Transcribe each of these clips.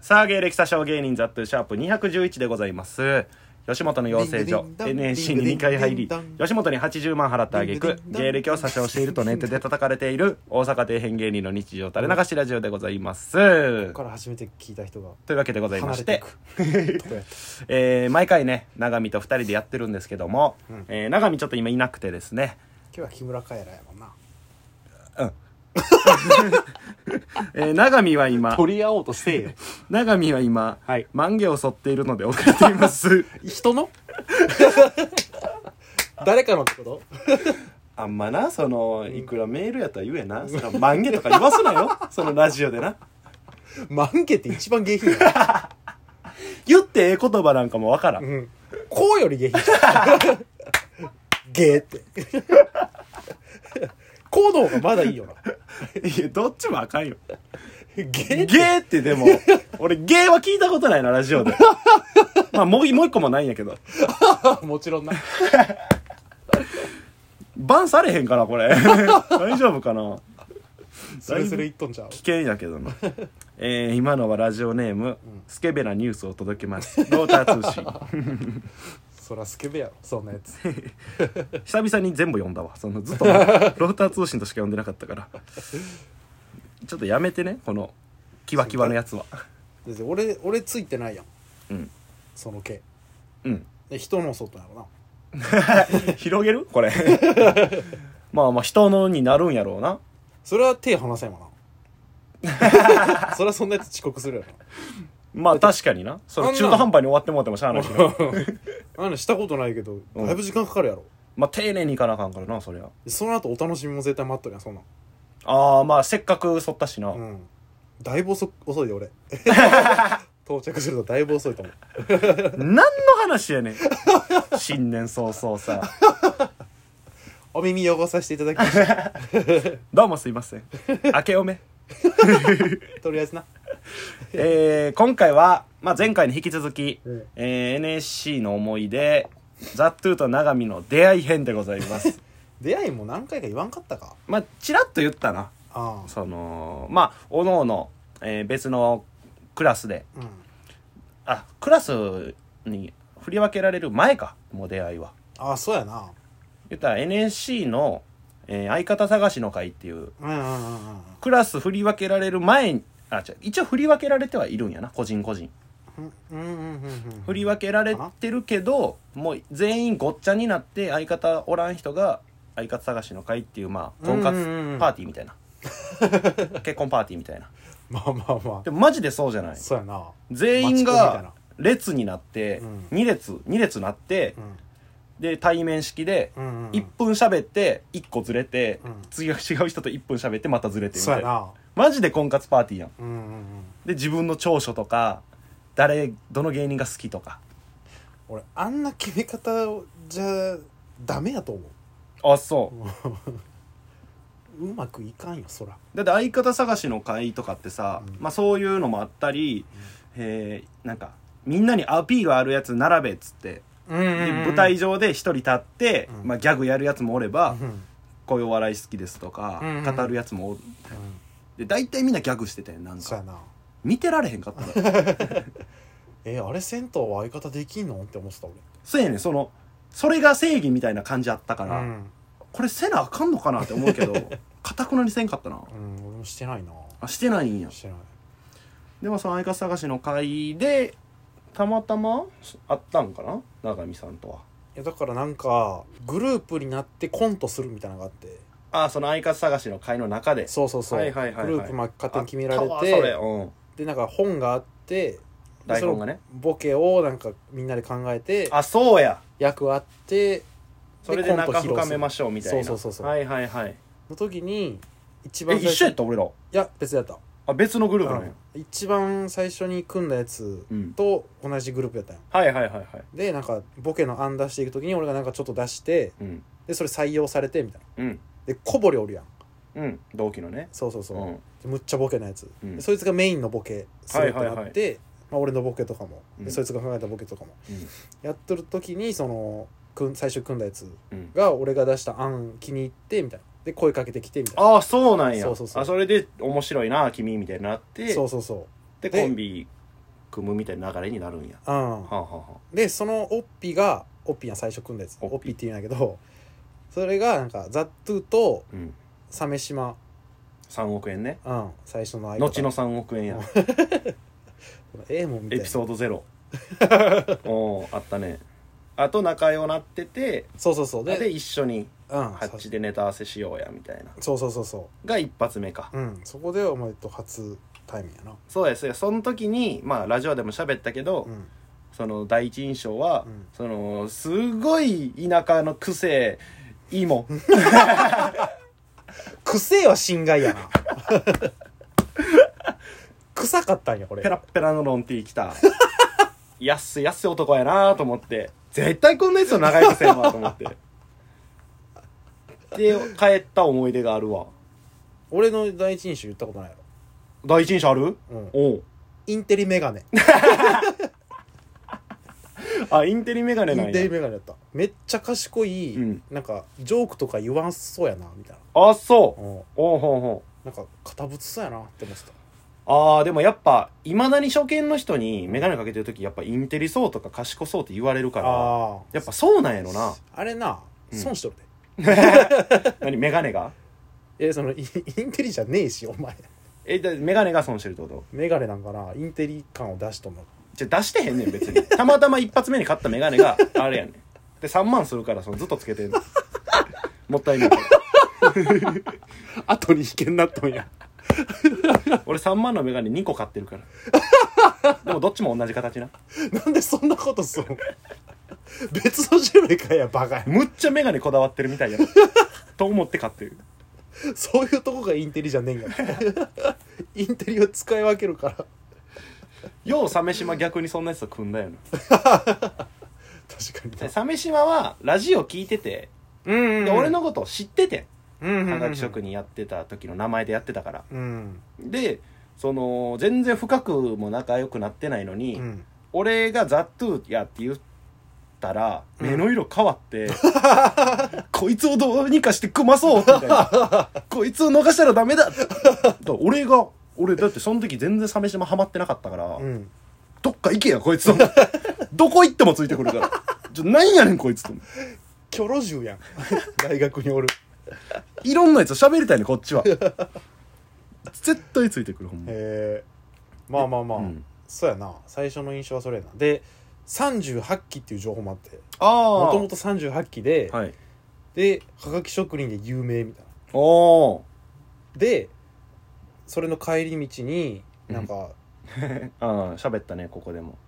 さあ芸歴詐称芸人ザットシャープ211でございます吉本の養成所ディングディンドン NSC に2回入りディングディンドン吉本に80万払ってあげディくングディンドン芸歴を詐称しているとネットで叩かれている大阪底辺芸人の日常垂れ流しラジオでございますここから初めて聞いた人がというわけでございま離れしていてくえー毎回ね永見と2人でやってるんですけども、うんえー永見ちょっと今いなくてですね、今日は木村カエラやもんなえー、永見は今取り合おうとしてよ永見は今、はい満月を剃っているので遅れています人の誰かのってことあんまなそのいくらメールやったら言えなその満月とか言わすなよ そのラジオでなマンゲって一番下品や、言ってええ言葉なんかもわから ん、うん、こうより下品ゲーってこうの方がまだいいよないやどっちもあかんよゲゲーってーって でも俺ゲーは聞いたことないなラジオでまあもうもう一個もないんやけどもちろんなバンされへんかなこれ 大丈夫かなそれそれ言っとんちゃう危険やけど なえー、今のはラジオネーム、スケベなニュースを届けますローター通信そらスケベやろそんなやつ久々に全部読んだわそのずっとローター通信としか読んでなかったからちょっとやめてねこのキワキワのやつはだって俺俺ついてないやんうんその毛うんで人の外やろな広げるこれ まあまあ人のになるんやろうなそれは手離せんわ なそれはそんなやつ遅刻するやまあ確かになそあのんな中途半端に終わってもらってもしゃあないけどろあんなしたことないけどうんだいぶ時間かかるやろまあ丁寧にいかなあかんからなそりゃでその後お楽しみも絶対待っとるやんそんなんああまあせっかく剃ったしな、うんだいぶ遅遅 いで俺到着するとだいぶ遅いと思う何の話やねん新年早々さお耳汚させていただきましたどうもすいません明けおめ、とりあえずな えー、今回は、まあ、前回に引き続き、うんえー NSC の思い出ザ・トゥーと永見の出会い編でございます 出会いも何回か言わんかったかまあちらっと言ったなああそのまあおのおの、えー別のクラスでうんあクラスに振り分けられる前かもう出会いはああそうやな言ったら NSC の、えー相方探しの会っていううんうんうんうんうんクラス振り分けられる前にあ違う一応振り分けられてはいるんやな個人個人うんうんうんうんうん振り分けられてるけどもう全員ごっちゃになって相方おらん人が相方探しの会っていうまあ婚活うんうんうんパーティーみた いな結婚パーティーみたいなまあまあまあでもマジでそうじゃないそうやな全員マチコンみたいなが列になってうん2列2列なってうんで対面式でうんうんうん1分喋って1個ずれてうん次は違う人と1分喋ってまたずれてみそうたやいななマジで婚活パーティーやんうんうんうんで自分の長所とか誰どの芸人が好きとか俺あんな決め方じゃダメやと思あそう ううまくいかんよそらだって相方探しの会とかってさ、うんまあ、そういうのもあったり、えーなんかみんなにアピールあるやつ並べっつって、うんで舞台上で一人立って、うんまあ、ギャグやるやつもおれば、うんこういうお笑い好きですとか、うんうん語るやつもおるで大体みんなギャグしててなんそうかやな見てられへんかったらえあれ銭湯は相方できんのって思ってた俺 そうやねんそのそれが正義みたいな感じあったから、うんこれせなあかんのかなって思うけどかたくなにせんかったなうん俺もしてないなあしてないんやしてないでもその相方探しの会でたまたまあったんかな永見さんとはいやだからなんかグループになってコントするみたいなのがあってああその相方探しの会の中でそうそうそうはグいルはいはいはいープまあ勝手に決めらあれったわそれてうんでなんか本があってで台本がねそのボケをなんかみんなで考えてあそうや役あってそれで仲深めましょうみたいなそうそうそうそうはいはいはいの時に一え番一緒やった俺らいや別だった、あ別のグループなんやうん一番最初に組んだやつうんと同じグループやったんよはいはいはいはいでなんかボケの案出していく時に俺がなんかちょっと出してうんでそれ採用されてみたいなうんで小堀おるやんうん同期のねそうそうそうう、んでむっちゃボケのやつ、うんでそいつがメインのボケするってなって、はいはいまあ、俺のボケとかも、でうんそいつが考えたボケとかもうんやっとる時にそのくん最初組んだやつうんが俺が出した案気に入ってみたいなで声かけてきてみたいなああそうなんやそうそうそうあそれで面白いな君みたいになってそうそうそうででコンビ組むみたいな流れになるんや。うんはあ、はあはあ、でそのオッピがオッピが最初組んだやつオッオピッピって言うんだけどそれがなんかザ・トゥーとうん。鮫島、 3億円ね。うん、最初の相後の3億円や。ええもんみたエいなピソードゼ ロ。おーあったね。あと仲良うなってて、そうそうそうでで、一緒にうん、ハッチでネタ合わせしようやみたいな。そうそうそうそが一発目か。ううんそこでお前と初対面やなそうですよ。その時に、まあラジオでも喋ったけど、うんその第一印象は、うんそのすごい田舎の癖いいもん癖は心外 やな臭かったんやこれペラッペラのロンティー来た 安い安い男やなと思って絶対こんなやつと長い癖やわと思ってで帰った思い出があるわ俺の第一印象言ったことないや第一印象あるろ、うん、おうインテリメガネあインテリメガネイなんンテリやメガネだっためっちゃ賢い、うんなんかジョークとか言わんそうやなみたいあそな、ううん、おうほうほうなんか堅物そうやなって思ってたあーでもやっぱいまだに初見の人に眼鏡かけてる時やっぱインテリそうとか賢そうって言われるからあやっぱそうなんやろ なああれなうん損しとるで、何眼鏡がえそのインインテリじゃねえしお前えだメガネが損してるってことメガネなんかなインテリ感を出しとんのじゃ出してへんねん別にたまたま一発目に買ったメガネがあれやねんで3万するからそのずっとつけてん のもったいないから後に引けになっとんや俺3万のメガネ2個買ってるからでもどっちも同じ形ななんでそんなことすんの別の種類かやバカやむっちゃメガネこだわってるみたいやろと思って買ってるそういうとこがインテリじゃねえんやインテリを使い分けるからよう鮫島逆にそんなやつと組んだよな確かでに鮫島はラジオ聞いててうんで俺のことを知っててうんはがき職人やってた時の名前でやってたからうんでその全然深くも仲良くなってないのに、うん俺が「ザ・トゥーやって言ったらうん目の色変わ って、こいつをどうにかして組まそうみたいなこいつを逃したらダメだだから俺が俺だってその時全然鮫島ハマってなかったから、うんどっか行けやこいつと どこ行ってもついてくるからちょなんやねんこいつとキョロ銃やん 大学におるいろんなやつと喋りたいねこっちは絶対ついてくるほんま、へえまあまあまあ、うんそうやな最初の印象はそれやなで38期っていう情報もあってあもあともと38期で、はいではがき職人で有名みたいなおおでそれの帰り道になんか、ーああ喋ったねここでも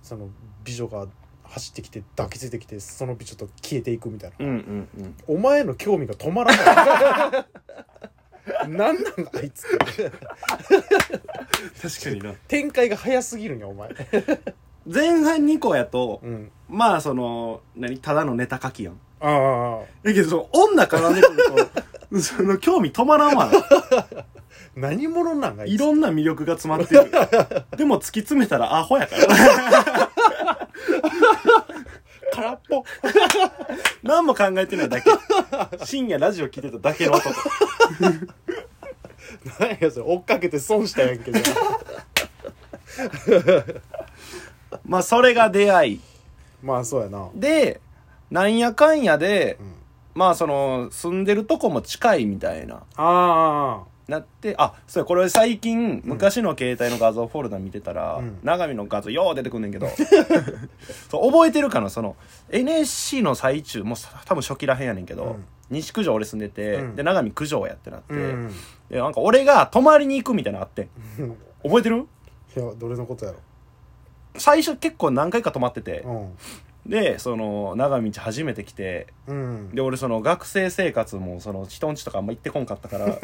その美女が走ってきて抱きついてきてその美女と消えていくみたいうんな、うんうんお前の興味が止まらない なんなんあいつって確かにな展開が早すぎるんやお前前半2個やと、うんまあその何ただのネタ書きやんああだけどその女絡んでくる とその興味止まらんわ何者なんあいいつろんな魅力が詰まって るでも突き詰めたらアホやから空っぽ 何も考えてないだけ深夜ラジオ聞いてただけの男何やそれ追っかけて損したやんけど まあそれが出会いまあそうやなでなんやかんやで、うんまあその住んでるとこも近いみたいなあなってあそうやこれ最近昔の携帯の画像フォルダ見てたら、うん長見の画像よう出てくんねん けどそう覚えてるかなその NSC の最中もうさ多分初期らへんやねんけど、うん西九条俺住んでて、うんで長見九条やってなって、あうんでなんか俺が泊まりに行くみたいなのあってん 覚えてるいやどれのことやろ最初結構何回か泊まってて、うんでその長見んち初めて来てうんで俺その学生生活もその人んちとかあんま行ってこんかったから、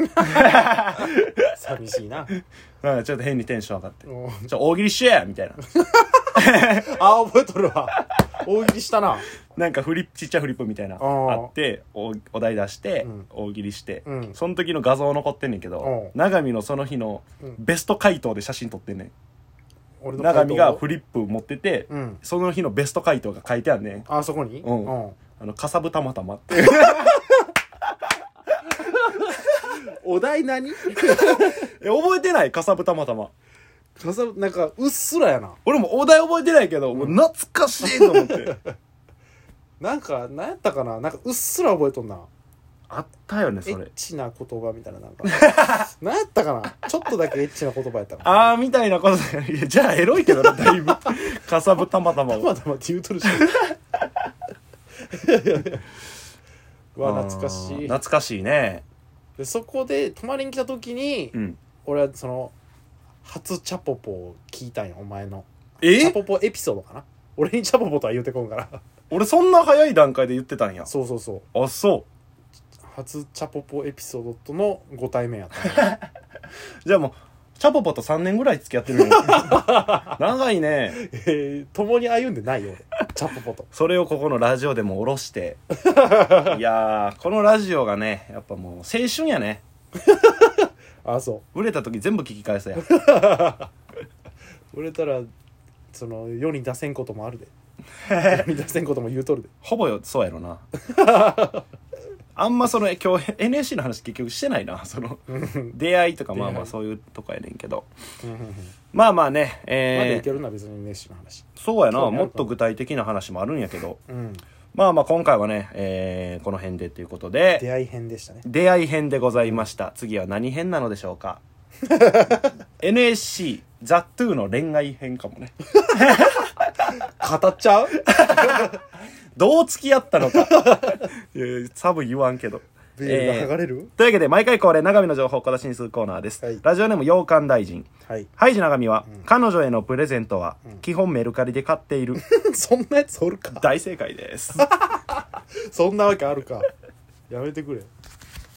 寂しいうなんちょっと変にテンション上がってうん「ちょ大喜利しや!」みたいな あ覚えとるわ大喜利したななんかフリップちっちゃいフリップみたいなあーあっておお題出して、うん大喜利して、うんその時の画像残ってんねんけどう永見のその日のうんベスト回答で写真撮ってんねん俺の回答永見がフリップ持ってて、うんその日のベスト回答が書いてあんねんあそこにうんあのかさぶたまたまって お題何 え覚えてないかさぶたまたままさなんかうっすらやな俺もお題覚えてないけど、もう懐かしいと思っ て。なんかなんやったかななんかうっすら覚えとんなあったよね、エそッれ。チな言葉みたいな なんかなんやったかなちょっとだけエッチな言葉やったかなあー、みたいなこと だよね。いや、じゃあエロいけどな、だい ぶ。かさぶたまたまたを。またまって言 うとるしうわ懐かしあーい懐かしいね。でそこで泊まりに来た時に、うん。俺はその初チャポポを聞いたんよお前のチャえポポエピソードかな俺にチャポポとは言うてこんから俺そんな早い段階で言ってたんや。そうそうそうあ、そ初チャポポエピソードとのご対面 やったんよう。じゃあもう、チャポポと3年ぐらい付き合ってるの 長いね。えー共に歩んでないよ俺チャポポとそれをここのラジオでも下ろ して。いやー、このラジオがね、やっぱもう青春やね。ああそ売れた時全部聞き返せや。う売れたらその世に出せんこともあ るで世に出せんことも言うとるでほぼよそうやろ なあんまその今日 NSC の話結局してないなその出会いとかまあま出会あいそういうとこやねんけどうんうんうんまあまあねまだいえーけるな別にネッシーの話そうやな興味あるかなもっと具体的な話もあるんやけどうんまあまあ今回はね、えーこの辺でということで出会い編でしたね出会い編でございました次は何編なのでしょう か NSC ザ・トゥーの恋愛編かもね語っちゃうどう付き合ったの かいやいやサブ言わんけどベールが剥がれる、というわけで毎回恒例長見の情報を小出しにするコーナーです、はいラジオネーム洋館大臣はい ハイジ長見は、彼女へのプレゼントは、基本メルカリで買っているそんなやつおるか大正解ですそんなわけあるかやめてくれ